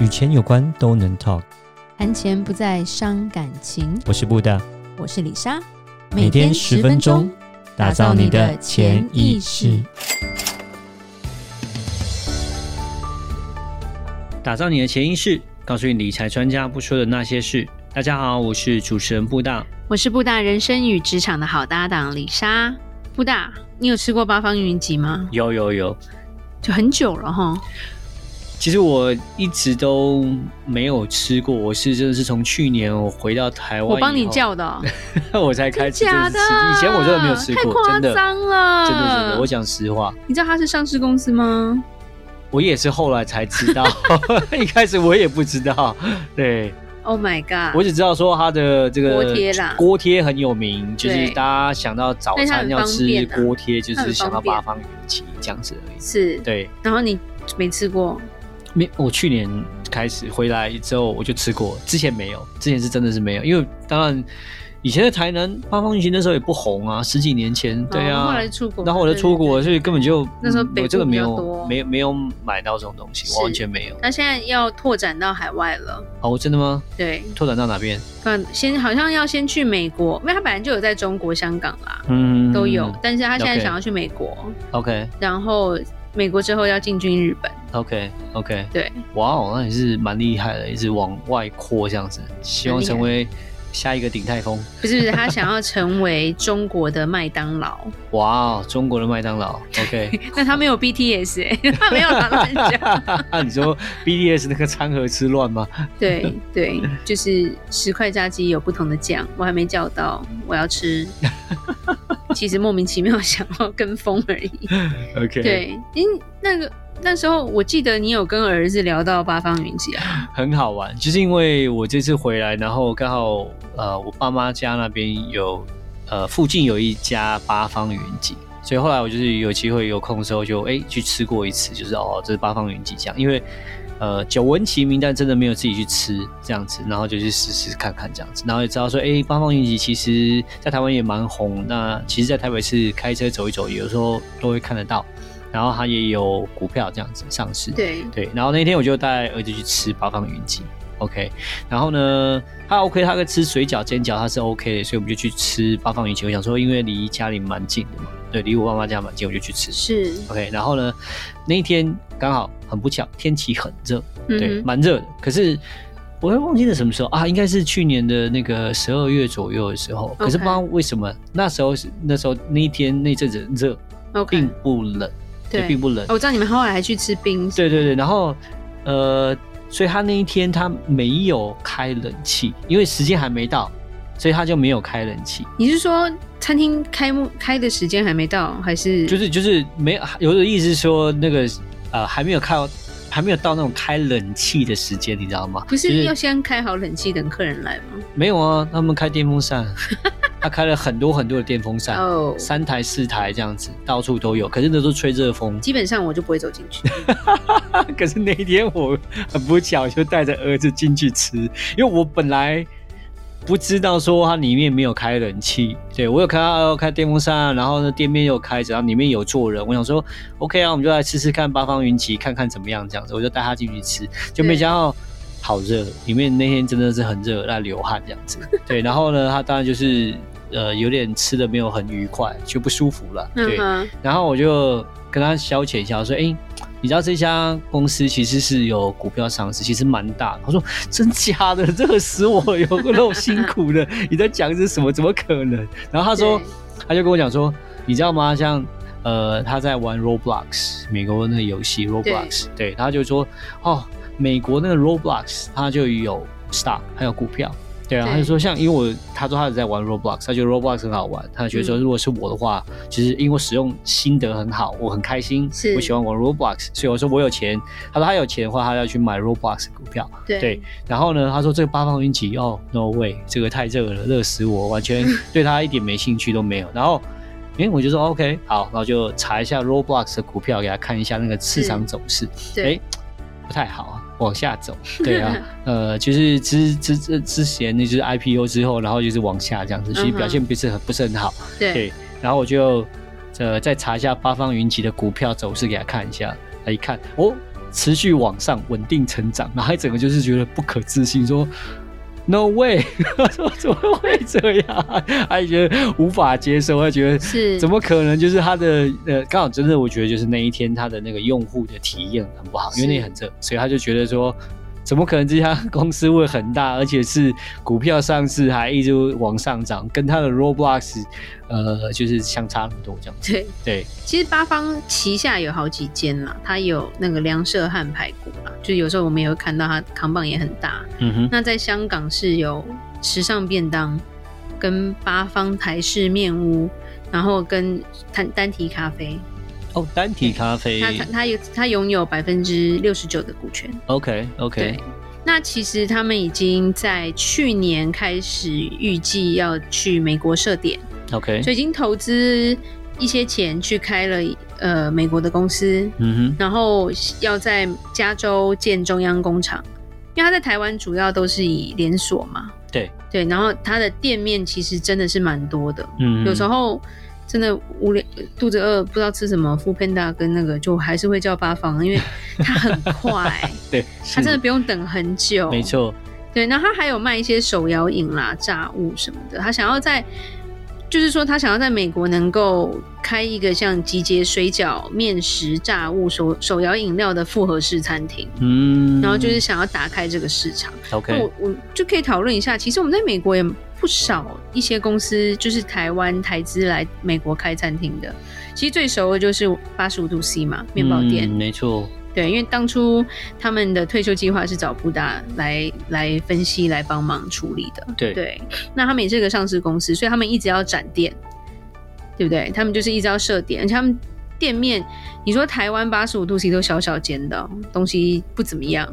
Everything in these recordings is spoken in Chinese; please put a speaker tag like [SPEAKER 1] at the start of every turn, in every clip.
[SPEAKER 1] 与钱有关都能 talk。
[SPEAKER 2] 谈钱不再伤感情。
[SPEAKER 1] 我是布大，
[SPEAKER 2] 我是李莎，
[SPEAKER 1] 每天十分钟，打造你的潜意识，
[SPEAKER 3] 打造你的潜意识，告诉你理财专家不说的那些事。大家好，我是主持人布大。
[SPEAKER 2] 我是布大人生与职场的好搭档李莎。布大，你有吃过八方云集吗？
[SPEAKER 3] 有有有，
[SPEAKER 2] 就很久了哈。
[SPEAKER 3] 其实我一直都没有吃过，我是真的是从去年我回到台湾，
[SPEAKER 2] 我帮你，叫的哦、
[SPEAKER 3] 我才开始
[SPEAKER 2] 假
[SPEAKER 3] 真
[SPEAKER 2] 的
[SPEAKER 3] 的吃。以前我真的没有吃
[SPEAKER 2] 太
[SPEAKER 3] 过，
[SPEAKER 2] 夸
[SPEAKER 3] 真的，真的
[SPEAKER 2] 张了。
[SPEAKER 3] 真的，我讲实话，
[SPEAKER 2] 你知道它是上市公司吗？
[SPEAKER 3] 我也是后来才知道， 一开始我也不知道，对。
[SPEAKER 2] Oh my god！
[SPEAKER 3] 我只知道说它的这个
[SPEAKER 2] 锅贴啦
[SPEAKER 3] 锅贴很有名，就是
[SPEAKER 2] 对
[SPEAKER 3] 大家想到早餐要
[SPEAKER 2] 但
[SPEAKER 3] 吃
[SPEAKER 2] 是它很方便啊
[SPEAKER 3] 锅贴，就
[SPEAKER 2] 它
[SPEAKER 3] 是
[SPEAKER 2] 很
[SPEAKER 3] 想到
[SPEAKER 2] 方便
[SPEAKER 3] 八方云集这样子而已。
[SPEAKER 2] 是，
[SPEAKER 3] 对，
[SPEAKER 2] 然后你没吃过，
[SPEAKER 3] 没，我去年开始回来之后我就吃过，之前没有，之前是真的是没有，因为当然以前在台南八方云集那时候也不红啊，十几年前，对
[SPEAKER 2] 然后
[SPEAKER 3] 啊
[SPEAKER 2] 哦后。来出国，
[SPEAKER 3] 然后我就出国，
[SPEAKER 2] 对
[SPEAKER 3] 所以根本就
[SPEAKER 2] 那时候
[SPEAKER 3] 嗯
[SPEAKER 2] 北
[SPEAKER 3] 我这
[SPEAKER 2] 部
[SPEAKER 3] 个没
[SPEAKER 2] 比较
[SPEAKER 3] 有
[SPEAKER 2] 多
[SPEAKER 3] 没有没有买到这种东西，
[SPEAKER 2] 是
[SPEAKER 3] 我完全没有。
[SPEAKER 2] 那现在要拓展到海外了，
[SPEAKER 3] 哦，真的吗？
[SPEAKER 2] 对，
[SPEAKER 3] 拓展到哪边？
[SPEAKER 2] 嗯，先好像要先去美国，因为他本来就有在中国、香港啦，
[SPEAKER 3] 嗯，
[SPEAKER 2] 都有，但是他现在
[SPEAKER 3] OK
[SPEAKER 2] 想要去美国，
[SPEAKER 3] OK
[SPEAKER 2] 然后美国之后要进军日本，
[SPEAKER 3] OK OK，
[SPEAKER 2] 对，
[SPEAKER 3] 哇哦，那也是蛮厉害的，一直往外扩这样子，希望成为下一个鼎泰丰。
[SPEAKER 2] 不是不是，他想要成为中国的麦当劳，
[SPEAKER 3] 哇哦，中国的麦当劳，OK，
[SPEAKER 2] 那他没有 BTS 哎、他没有打 乱讲，
[SPEAKER 3] 啊你说 BDS 那个餐盒吃乱吗？
[SPEAKER 2] 对对，就是十块炸鸡有不同的酱，我还没叫到，我要 吃，其实莫名其妙想要跟风而已，
[SPEAKER 3] OK，，
[SPEAKER 2] 对，因那个。那时候我记得你有跟儿子聊到八方云集啊，
[SPEAKER 3] 很好玩，就是因为我这次回来，然后刚好呃，我爸妈家那边有呃附近有一家八方云集。所以后来我就是有机会有空的时候就哎、去吃过一次，就是哦这是八方云集这样，因为呃久闻其名，但真的没有自己去吃这样子，然后就去试试看看这样子，然后也知道说哎、八方云集其实在台湾也蛮红，那其实在台北市开车走一走，有时候都会看得到，然后它也有股票这样子上市，
[SPEAKER 2] 对，
[SPEAKER 3] 对，然后那天我就带儿子去吃八方云集，OK，然后呢，他 OK，他跟吃水饺、煎饺他是 OK 的，所以我们就去吃八方云集。我想说，因为离家里蛮近的嘛，对，离我爸妈家蛮近，我就去吃。
[SPEAKER 2] 是，
[SPEAKER 3] OK，然后呢，那一天刚好很不巧，天气很热，对，
[SPEAKER 2] 嗯哼，
[SPEAKER 3] 蛮热的。可是我也忘记了什么时候啊，应该是去年的那个十二月左右的时候。可是不知道为什么那时候是那时候那一天那阵子热，并
[SPEAKER 2] OK，
[SPEAKER 3] 不冷，
[SPEAKER 2] 对，
[SPEAKER 3] 并不冷
[SPEAKER 2] 哦。我知道你们后来还去吃冰，
[SPEAKER 3] 对对对，然后呃，所以他那一天他没有开冷气，因为时间还没到，所以他就没有开冷气，
[SPEAKER 2] 你是说餐厅开幕开的时间还没到，还是
[SPEAKER 3] 就是就是没有有的意思是说那个呃还没有开到还没有到那种开冷气的时间，你知道吗？
[SPEAKER 2] 不
[SPEAKER 3] 就是
[SPEAKER 2] 要先开好冷气等客人来吗？
[SPEAKER 3] 没有啊，他们开电风 扇，他开了很多很多的电风扇。
[SPEAKER 2] 哦，
[SPEAKER 3] 三台四台这样子，到处都有。可是那都吹热风，
[SPEAKER 2] 基本上我就不会 走进去。
[SPEAKER 3] 可是那一天我很不巧就带着儿子进去吃，因为我本来不知道说它里面没有开冷气，对我有看到呃开电风扇，然后呢店面又开着，然后里面有坐人，我想说 OK 啊，我们就来吃吃看八方云集，看看怎么样这样子，我就带他进去吃，就没想到。好热，里面那天真的是很热，那流汗这样子。对，然后呢，他当然就是呃有点吃的没有很愉快，就不舒服了。对，
[SPEAKER 2] 嗯哼，
[SPEAKER 3] 然后我就跟他消遣一下，我说：“哎、你知道这家公司其实是有股票上市，其实蛮大的。”他说：“真假的？热死我，有个肉辛苦的，你在讲是什么？怎么可能？”然后他说
[SPEAKER 2] 对，
[SPEAKER 3] 他就跟我讲说：“你知道吗？像呃，他在玩 Roblox，美国那个游戏 Roblox，对他就说哦，美国那个 Roblox，它就有 stock，还有股票。”对啊，
[SPEAKER 2] 对
[SPEAKER 3] 他就说像，因为我他说他在玩 Roblox，他觉得 Roblox 很好玩，他觉得说
[SPEAKER 2] 嗯
[SPEAKER 3] 如果是我的话，就是因为我使用心得很好，我很开心
[SPEAKER 2] 是，
[SPEAKER 3] 我喜欢玩 Roblox，所以我说我有钱。他说他有钱的话，他要去买 Roblox 股票。
[SPEAKER 2] 对
[SPEAKER 3] 对然后呢，他说这个八方云集哦，no way，这个太热了，热死我，完 全对他一点没兴趣都没有。然后，诶，我就说 OK，好，然后就查一下 Roblox 的股票，给他看一下那个市场走势。
[SPEAKER 2] 嗯对
[SPEAKER 3] 诶不太好啊，往下 走。对啊，呃，就是之之之之前那就是 IPO 之后，然后就是往下这样子，其实
[SPEAKER 2] 嗯哼
[SPEAKER 3] 表现不是很不是很好。
[SPEAKER 2] 对
[SPEAKER 3] 对，然后我就呃再查一下八方云集的股票走势给他看一下，他一看哦，持续往上，稳定成长，然后一整个就是觉得不可置信，说 No way，他 说怎么会这样？他觉得无法接受，他觉得
[SPEAKER 2] 是
[SPEAKER 3] 怎么可能？就是他的呃，刚好真的，我觉得就是那一天他的那个用户的体验很不好，因为那
[SPEAKER 2] 是
[SPEAKER 3] 很热，所以他就觉得说，怎么可能这家公司会很大，而且是股票上市还一直往上涨，跟他的 Roblox 呃就是相差那么多这样子。
[SPEAKER 2] 对，
[SPEAKER 3] 对，
[SPEAKER 2] 其实八方旗下有好几间啦，它有那个凉舍汉排骨啦，就有时候我们也会看到它扛棒也很大。
[SPEAKER 3] 嗯哼，
[SPEAKER 2] 那在香港是有时尚便当，跟八方台式面屋，然后跟单单体咖啡，
[SPEAKER 3] 哦，单体咖啡
[SPEAKER 2] 它它它有它拥有百分之六十九的股权。
[SPEAKER 3] ，OK OK，
[SPEAKER 2] 对，那其实他们已经在去年开始预计要去美国设点，
[SPEAKER 3] OK，
[SPEAKER 2] 所以已经投资一些钱去开了呃美国的公司，
[SPEAKER 3] 嗯
[SPEAKER 2] 然后要在加州建中央工厂，因为它在台湾主要都是以连锁嘛，
[SPEAKER 3] 哼，对，
[SPEAKER 2] 对，然后它的店面其实真的是蛮多的，
[SPEAKER 3] 嗯，
[SPEAKER 2] 有时候。真的无聊，肚子饿不知道吃什么，富 panda 跟那个就还是会叫八方，因为它 很快，
[SPEAKER 3] 对，
[SPEAKER 2] 它真的
[SPEAKER 3] 是
[SPEAKER 2] 不用等很久。
[SPEAKER 3] 没错，
[SPEAKER 2] 对，那他还有卖一些手摇饮啦、炸物什么的。他想要在，就是说他想要在美国能够开一个像集结水饺、面食、炸物、手手摇饮料的复合式餐厅，
[SPEAKER 3] 嗯，
[SPEAKER 2] 然后就是想要打开这个市场。那
[SPEAKER 3] OK，
[SPEAKER 2] 我我就可以讨论一下，其实我们在美国也不少一些公司，就是台湾台资来美国开餐厅的。其实最熟的就是八十五度 C 嘛，面包店。
[SPEAKER 3] 嗯没错，
[SPEAKER 2] 对，因为当初他们的退休计划是找布达来来分析、来帮忙处理的。
[SPEAKER 3] 对
[SPEAKER 2] 对，那他们也是一个上市公司，所以他们一直要展店，对不对？他们就是一直要设点，而且他们店面，你说台湾八十五度 C 都小小间的哦、东西不怎 么样，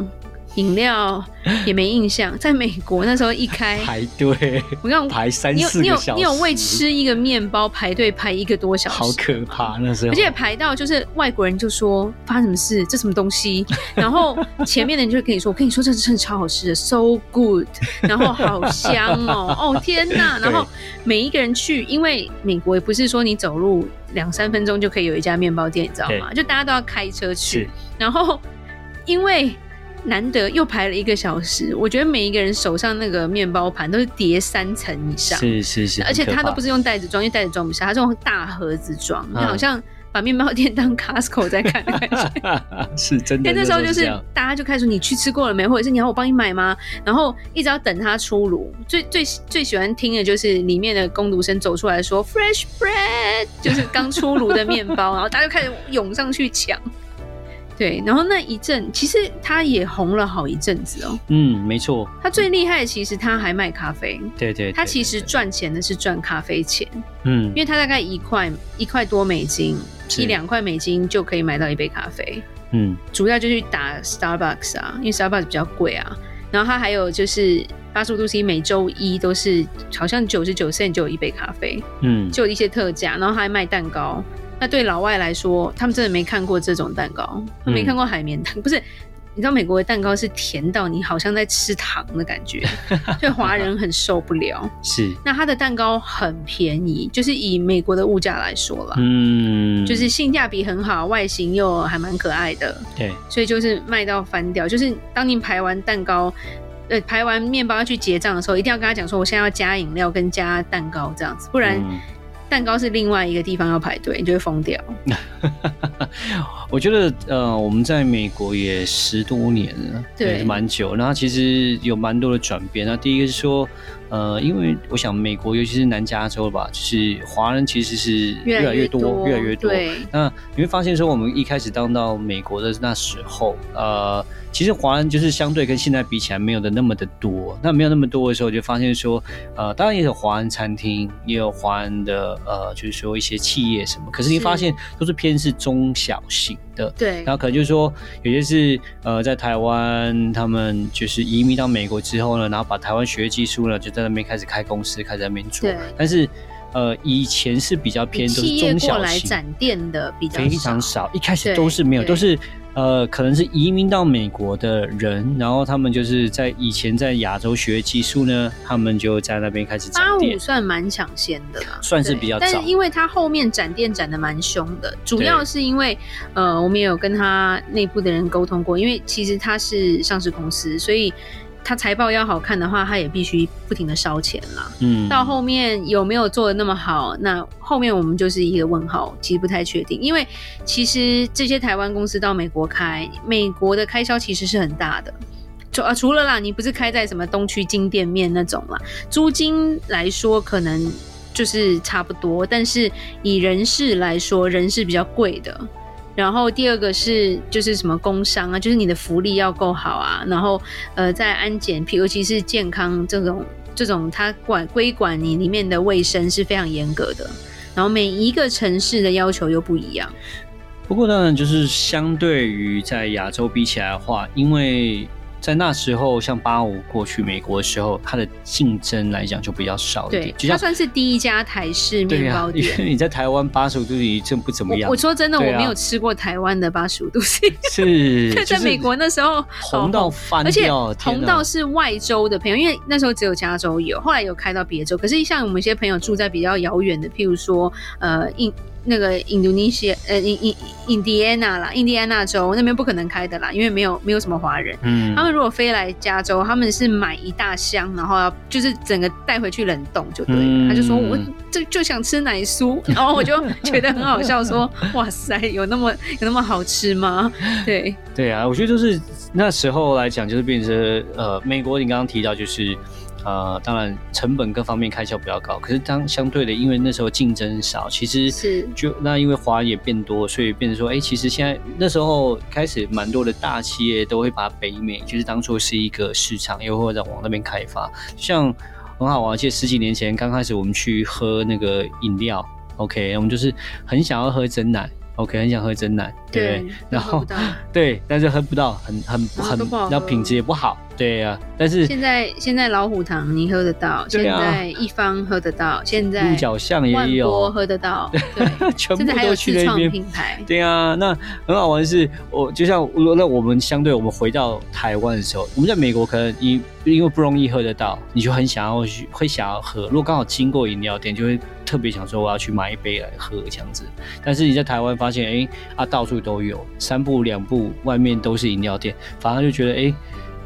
[SPEAKER 2] 饮料也没印象。在美国那时候一开，
[SPEAKER 3] 排队
[SPEAKER 2] 我看
[SPEAKER 3] 排三
[SPEAKER 2] 嗯你有
[SPEAKER 3] 四
[SPEAKER 2] 你
[SPEAKER 3] 个
[SPEAKER 2] 有
[SPEAKER 3] 小时，
[SPEAKER 2] 你有为吃一个面包排队排一个多小时，
[SPEAKER 3] 好可怕那时候，
[SPEAKER 2] 而且排到就是外国人就说发生什么事，这什么东西？ 然后前面的人就会跟你说，我跟你说这真的超好吃的，so good，然后好香哦，哦天哪！然后每一个人去，因为美国也不是说你走路两三分钟就可以有一家面包店，你知道吗？就大家都要开车去
[SPEAKER 3] 是，
[SPEAKER 2] 然后因为。难得又排了一个小时，我觉得每一个人手上那个面包盘都是叠三层以上，
[SPEAKER 3] 是是是，
[SPEAKER 2] 而且
[SPEAKER 3] 很可
[SPEAKER 2] 它都
[SPEAKER 3] 怕
[SPEAKER 2] 不是用袋子装，因为袋子装不下，它是用大盒子装，它
[SPEAKER 3] 嗯
[SPEAKER 2] 好像把面包店当 Costco 在看的感 觉。
[SPEAKER 3] 是真的。
[SPEAKER 2] 但那时候就
[SPEAKER 3] 这
[SPEAKER 2] 是
[SPEAKER 3] 样
[SPEAKER 2] 大家就开始说你去吃过了没，或者是你要我帮你买吗？然后一直要等它出炉。最最最喜欢听的就是里面的工读生走出来说 fresh bread，就是刚出炉的面包，然后大家就开始涌上去抢。对，然后那一阵其实它也红了好一阵子哦。
[SPEAKER 3] 嗯，没错，
[SPEAKER 2] 它最厉害的其实它还卖咖啡，
[SPEAKER 3] 对对对
[SPEAKER 2] 它其实
[SPEAKER 3] 对
[SPEAKER 2] 赚钱的是赚咖啡钱。
[SPEAKER 3] 嗯
[SPEAKER 2] 因，为它大概一块一块多美金，
[SPEAKER 3] 是
[SPEAKER 2] 一两块美金就可以买到一杯咖啡。
[SPEAKER 3] 嗯
[SPEAKER 2] 主要就去打 Starbucks 啊，因为 Starbucks 比较贵啊。然后它还有就是八十五度 C 每周一都是好像九十九 cent 就有一杯咖啡，
[SPEAKER 3] 嗯，
[SPEAKER 2] 就有一些特价，然后还卖蛋糕。那对老外来说，他们真的没看过这种蛋糕，他们没
[SPEAKER 3] 嗯
[SPEAKER 2] 看过海绵蛋，不是？你知道美国的蛋糕是甜到你好像在吃糖的感 觉，所以华人很受不了。
[SPEAKER 3] 是
[SPEAKER 2] 那它的蛋糕很便宜，就是以美国的物价来说啦，
[SPEAKER 3] 嗯，
[SPEAKER 2] 就是性价比很好，外形又还蛮可爱的，
[SPEAKER 3] 对
[SPEAKER 2] 所以就是卖到翻掉。就是当你排完蛋糕，呃，排完面包要去结账的时候，一定要跟他讲说，我现在要加饮料跟加蛋糕这样子，不然
[SPEAKER 3] 嗯
[SPEAKER 2] 蛋糕是另外一个地方要排队，你就会疯掉。
[SPEAKER 3] 我觉得呃，我们在美国也十多年了，
[SPEAKER 2] 对
[SPEAKER 3] 也蛮久。然后其实有蛮多的转变。那第一个是说，呃，因为我想美国尤其是南加州吧，就是华人其实是越来
[SPEAKER 2] 越
[SPEAKER 3] 越多，越来越多。
[SPEAKER 2] 对，
[SPEAKER 3] 那你会发现说，我们一开始当到美国的那时候，呃，其实华人就是相对跟现在比起来没有的那么的多。那没有那么多的时候，就发现说，呃，当然也有华人餐厅，也有华人的呃，就是说一些企业什么，可是你
[SPEAKER 2] 是
[SPEAKER 3] 发现都是偏是中小型的。
[SPEAKER 2] 对
[SPEAKER 3] 然，后可能就是说，有些是呃，在台湾他们就是移民到美国之后呢，然后把台湾学的技术呢，就在那边开始开公司，开始在那边做
[SPEAKER 2] 对。
[SPEAKER 3] 但是呃，以前是比较
[SPEAKER 2] 以
[SPEAKER 3] 偏都
[SPEAKER 2] 企
[SPEAKER 3] 是
[SPEAKER 2] 业
[SPEAKER 3] 中
[SPEAKER 2] 过
[SPEAKER 3] 小
[SPEAKER 2] 来
[SPEAKER 3] 型的
[SPEAKER 2] 展店的比较
[SPEAKER 3] 非常
[SPEAKER 2] 少，
[SPEAKER 3] 少，一开始
[SPEAKER 2] 对
[SPEAKER 3] 都是没有，
[SPEAKER 2] 对
[SPEAKER 3] 都是呃，可能是移民到美国的人，然后他们就是在以前在亚洲学技术呢，他们就在那边开始
[SPEAKER 2] 八
[SPEAKER 3] 展
[SPEAKER 2] 五
[SPEAKER 3] 店，
[SPEAKER 2] 算蛮抢先的啦，
[SPEAKER 3] 算是
[SPEAKER 2] 对
[SPEAKER 3] 比较
[SPEAKER 2] 但是
[SPEAKER 3] 早
[SPEAKER 2] 因为他后面展店展的蛮凶的，主
[SPEAKER 3] 对
[SPEAKER 2] 要是因为呃，我们也有跟他内部的人沟通过，因为其实他是上市公司，所以他财报要好看的话，他也必须不停的烧钱啦。
[SPEAKER 3] 嗯，
[SPEAKER 2] 到后面有没有做的那么好？那后面我们就是一个问号，其实不太确定，因为其实这些台湾公司到美国开，美国的开销其实是很大的。除啊，除了啦，你不是开在什么东区金店面那种啦，租金来说可能就是差不多，但是以人事来说，人是比较贵的。然后第二个是就是什么工伤啊，就是你的福利要够好啊，然后呃在安检，譬尤其是健康这种这种，它管规管你里面的卫生是非常严格的，然后每一个城市的要求又不一样。
[SPEAKER 3] 不过当然，就是相对于在亚洲比起来的话，因为在那时候，像八五过去美国的时候，它的竞争来讲就比较少一
[SPEAKER 2] 对
[SPEAKER 3] 哦点。，就
[SPEAKER 2] 它
[SPEAKER 3] 像
[SPEAKER 2] 算是第一家台式
[SPEAKER 3] 对
[SPEAKER 2] 面
[SPEAKER 3] 呀、
[SPEAKER 2] 包
[SPEAKER 3] 因
[SPEAKER 2] 店。
[SPEAKER 3] 为你在台湾八十五度你这不怎么
[SPEAKER 2] 我
[SPEAKER 3] 样
[SPEAKER 2] 我，说真的，我
[SPEAKER 3] 对啊
[SPEAKER 2] 没有吃过台湾的八十五度 C，
[SPEAKER 3] 是
[SPEAKER 2] 在美国那时候哦
[SPEAKER 3] 就是红到翻
[SPEAKER 2] 而且
[SPEAKER 3] 掉，天
[SPEAKER 2] 红
[SPEAKER 3] 哪
[SPEAKER 2] 到是外州的朋友，因为那时候只有加州有，后来有开到别州。可是像我们一些朋友住在比较遥远的，譬如说呃印那个印度尼西亚呃印印印第安纳啦，印第安纳州那边不可能开的啦，因为没有没有什么华人。
[SPEAKER 3] 嗯
[SPEAKER 2] 他们如果飞来加州，他们是买一大箱，然后要就是整个带回去冷冻就对了。
[SPEAKER 3] 嗯
[SPEAKER 2] 他就说我这就想吃奶酥，然后我就觉得很好笑说哇塞，有那么有那么好吃吗？对，
[SPEAKER 3] 对啊，我觉得就是那时候来讲，就是变成呃，美国你刚刚提到就是呃，当然成本各方面开销比较高，可是当相对的，因为那时候竞争少，其实
[SPEAKER 2] 是
[SPEAKER 3] 就那因为华人也变多，所以变成说，哎、其实现在那时候开始蛮多的大企业都会把北美就是当做是一个市场，又或者往那边开发，像很好玩，记得十几年前刚开始我们去喝那个饮料，OK，我们就是很想要喝真奶，OK，很想喝真奶，对不对。
[SPEAKER 2] 对，
[SPEAKER 3] 然后
[SPEAKER 2] 喝不到
[SPEAKER 3] 对，但是喝不到，很很
[SPEAKER 2] 啊
[SPEAKER 3] 很
[SPEAKER 2] 都不好，
[SPEAKER 3] 然后
[SPEAKER 2] 喝
[SPEAKER 3] 品质也不好，对呀、但 是
[SPEAKER 2] 现在现在老虎糖你喝得到，现
[SPEAKER 3] 对啊
[SPEAKER 2] 在一方喝得到，现在
[SPEAKER 3] 鹿角巷
[SPEAKER 2] 万
[SPEAKER 3] 也
[SPEAKER 2] 波
[SPEAKER 3] 有，
[SPEAKER 2] 喝 得到，对，
[SPEAKER 3] 全部
[SPEAKER 2] 甚至还有
[SPEAKER 3] 都去
[SPEAKER 2] 自
[SPEAKER 3] 那
[SPEAKER 2] 创
[SPEAKER 3] 边
[SPEAKER 2] 品牌。
[SPEAKER 3] 对啊，那很好玩的是，我就像如果那我们相对我们回到台湾的时候，我们在美国可能你因为不容易喝得到，你就很想要去会想要喝。如果刚好经过饮料店，就会特别想说我要去买一杯来喝这样子。但是你在台湾发现，哎、啊到处都有，三步两步外面都是饮料店，反而就觉得哎。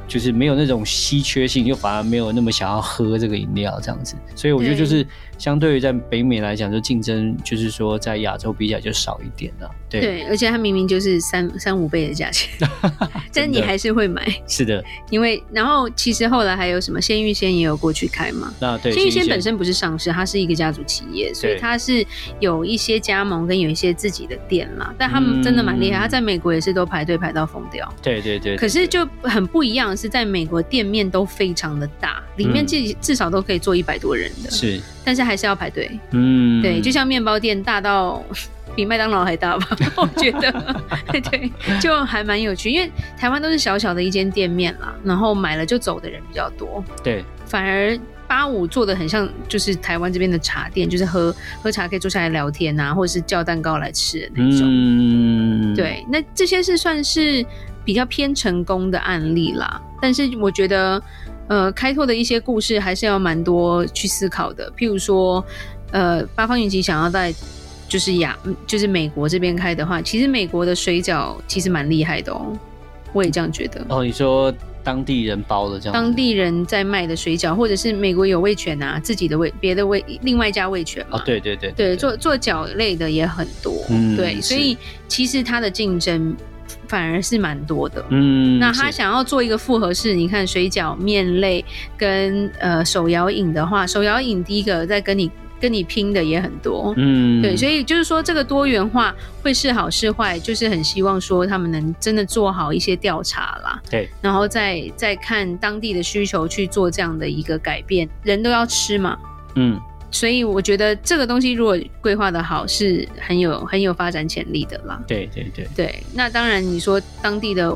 [SPEAKER 3] 就是没有那种稀缺性，就反而没有那么想要喝这个饮料这样子，所以我觉得
[SPEAKER 2] 对
[SPEAKER 3] 就是相对于在北美来讲，就竞争就是说在亚洲比起来就少一点了、对，
[SPEAKER 2] 对，而且它明明就是三三五倍的 价钱， 但你
[SPEAKER 3] 真的
[SPEAKER 2] 还是会买，
[SPEAKER 3] 是的，
[SPEAKER 2] 因为然后其实后来还有什么鲜芋仙也有过去开嘛，
[SPEAKER 3] 那对，
[SPEAKER 2] 鲜芋
[SPEAKER 3] 新
[SPEAKER 2] 仙本身不是上市，它是一个家族企业，所以
[SPEAKER 3] 对
[SPEAKER 2] 它是有一些加盟跟有一些自己的店啦，但他们真的蛮厉害，
[SPEAKER 3] 嗯
[SPEAKER 2] 他在美国也是都排队排到疯掉。
[SPEAKER 3] 对对对，
[SPEAKER 2] 可
[SPEAKER 3] 对
[SPEAKER 2] 是就很不一样的是，在美国店面都非常的大，里面
[SPEAKER 3] 嗯
[SPEAKER 2] 至至少都可以坐一百多人的，
[SPEAKER 3] 是
[SPEAKER 2] 但是还是要排队。
[SPEAKER 3] 嗯，
[SPEAKER 2] 对，就像面包店大到 比麦当劳还大吧， 我觉得，对，就还蛮有趣，因为台湾都是小小的一间店面啦，然后买了就走的人比较多，
[SPEAKER 3] 对
[SPEAKER 2] 反而。八五做的很像，就是台湾这边的茶店，就是喝喝茶可以坐下来聊天啊，或者是叫蛋糕来吃的那种。
[SPEAKER 3] 嗯，
[SPEAKER 2] 对，那这些是算是比较偏成功的案例啦。但是我觉得，呃，开拓的一些故事还是要蛮多去思考的。譬如说，呃，八方云集想要在就是亚嗯就是美国这边开的话，其实美国的水饺其实蛮厉害的哦，我也这样觉得。
[SPEAKER 3] 哦，你说当地人包的这样子，
[SPEAKER 2] 当地人在卖的水饺，或者是美国有味全啊，自己的味，别的味，另外一家味全嘛。
[SPEAKER 3] 哦，对对对
[SPEAKER 2] 对，做做脚类的也很多，
[SPEAKER 3] 嗯
[SPEAKER 2] 对，
[SPEAKER 3] 是
[SPEAKER 2] 所以其实它的竞争反而是蛮多的。
[SPEAKER 3] 嗯，
[SPEAKER 2] 那
[SPEAKER 3] 是
[SPEAKER 2] 他想要做一个复合式，你看水饺、面类跟呃手摇饮的话，手摇饮第一个在跟你跟你拼的也很多，
[SPEAKER 3] 嗯，
[SPEAKER 2] 对，所
[SPEAKER 3] 以
[SPEAKER 2] 以就是说这个多元化会是好是坏，就是很希望说他们能真的做好一些调查啦，
[SPEAKER 3] 对，
[SPEAKER 2] 然后再再看当地的需求去做这样的一个改变。人都要吃嘛，
[SPEAKER 3] 嗯，
[SPEAKER 2] 所以我觉得这个东西如果规划的好，是很有很有发展潜力的啦。
[SPEAKER 3] 对对对，
[SPEAKER 2] 对，那当然你说当地的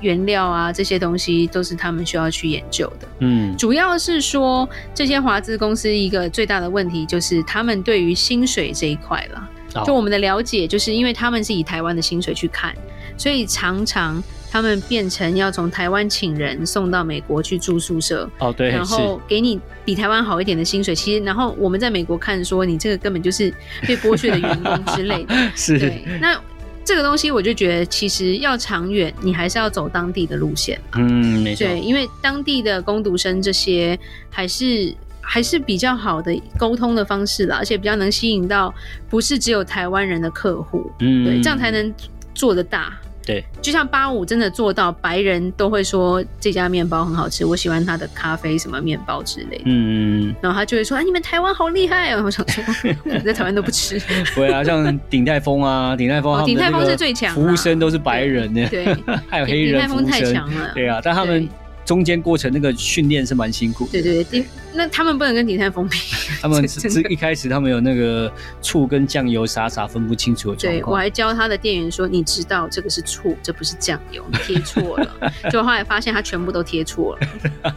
[SPEAKER 2] 原料啊，这些东西都是他们需要去研究的。
[SPEAKER 3] 嗯，
[SPEAKER 2] 主要是说这些华资公司一个最大的问题就是他们对于薪水这一块啦。
[SPEAKER 3] 哦
[SPEAKER 2] 就我们的了解，就是因为他们是以台湾的薪水去看，所以常常他们变成要从台湾请人送到美国去住宿舍，
[SPEAKER 3] 哦，对，
[SPEAKER 2] 然
[SPEAKER 3] 是
[SPEAKER 2] 后给你比台湾好一点的薪水。其实，然后我们在美国看说你这个根本就是被剥削的员工之类的。对
[SPEAKER 3] 是，，
[SPEAKER 2] 那这个东西我就觉得，其实要长远，你还是要走当地的路线。
[SPEAKER 3] 嗯，没错，
[SPEAKER 2] 对，因为当地的工读生这些还是还是比较好的沟通的方式啦，而且比较能吸引到不是只有台湾人的客户，
[SPEAKER 3] 嗯，
[SPEAKER 2] 对，这样才能做得大。
[SPEAKER 3] 对，
[SPEAKER 2] 就像八五真的做到，白人都会说这家面包很好吃，我喜欢它的咖啡什么面包之类的。
[SPEAKER 3] 嗯，
[SPEAKER 2] 然后他就会说：“哎，你们台湾好厉害哦！”我 想说，我们在台湾都 不吃。
[SPEAKER 3] 不会啊， 像鼎泰丰啊，鼎泰丰
[SPEAKER 2] 哦
[SPEAKER 3] 他们的
[SPEAKER 2] 鼎泰丰
[SPEAKER 3] 那个
[SPEAKER 2] 是最强啊
[SPEAKER 3] 服务生都是白人 呢，
[SPEAKER 2] 对，
[SPEAKER 3] 还有黑
[SPEAKER 2] 鼎泰
[SPEAKER 3] 人服
[SPEAKER 2] 丰
[SPEAKER 3] 务
[SPEAKER 2] 太
[SPEAKER 3] 生，
[SPEAKER 2] 强了。
[SPEAKER 3] 对啊，但他们
[SPEAKER 2] 对
[SPEAKER 3] 中间过程那个训练是蛮辛苦的，
[SPEAKER 2] 对对对，那他们不能跟鼎泰丰比。
[SPEAKER 3] 他们
[SPEAKER 2] 这
[SPEAKER 3] 只
[SPEAKER 2] 真
[SPEAKER 3] 只
[SPEAKER 2] 的
[SPEAKER 3] 一开始他们有那个醋跟酱油傻傻分不清楚的状
[SPEAKER 2] 对我
[SPEAKER 3] 况，
[SPEAKER 2] 还教他的店员说：“你知道这个是醋，这不是酱油，你贴错 了。”就后来发现他全部都贴错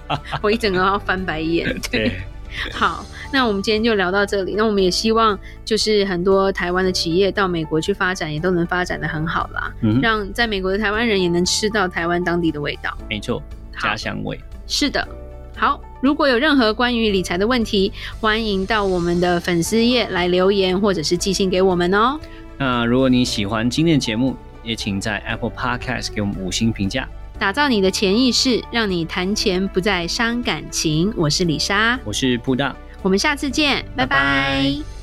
[SPEAKER 2] 了，我一整个要翻白眼。
[SPEAKER 3] 对，
[SPEAKER 2] 好，那我们今天就聊到这里。那我们也希望，就是很多台湾的企业到美国去发展，也都能发展的很好啦，
[SPEAKER 3] 嗯，
[SPEAKER 2] 让在美国的台湾人也能吃到台湾当地的味道。
[SPEAKER 3] 没错，
[SPEAKER 2] 好
[SPEAKER 3] 家乡味，
[SPEAKER 2] 是的，好。如果有任何关于理财的问题，欢迎到我们的粉丝页来留言，或者是寄信给我们哦。
[SPEAKER 3] 那如果你喜欢今天的节目，也请在 Apple Podcast 给我们五星评价。
[SPEAKER 2] 打造你的潜意识，让你谈钱不再伤感情。我是李莎，
[SPEAKER 3] 我是布大，
[SPEAKER 2] 我们下次见，拜拜
[SPEAKER 3] 拜拜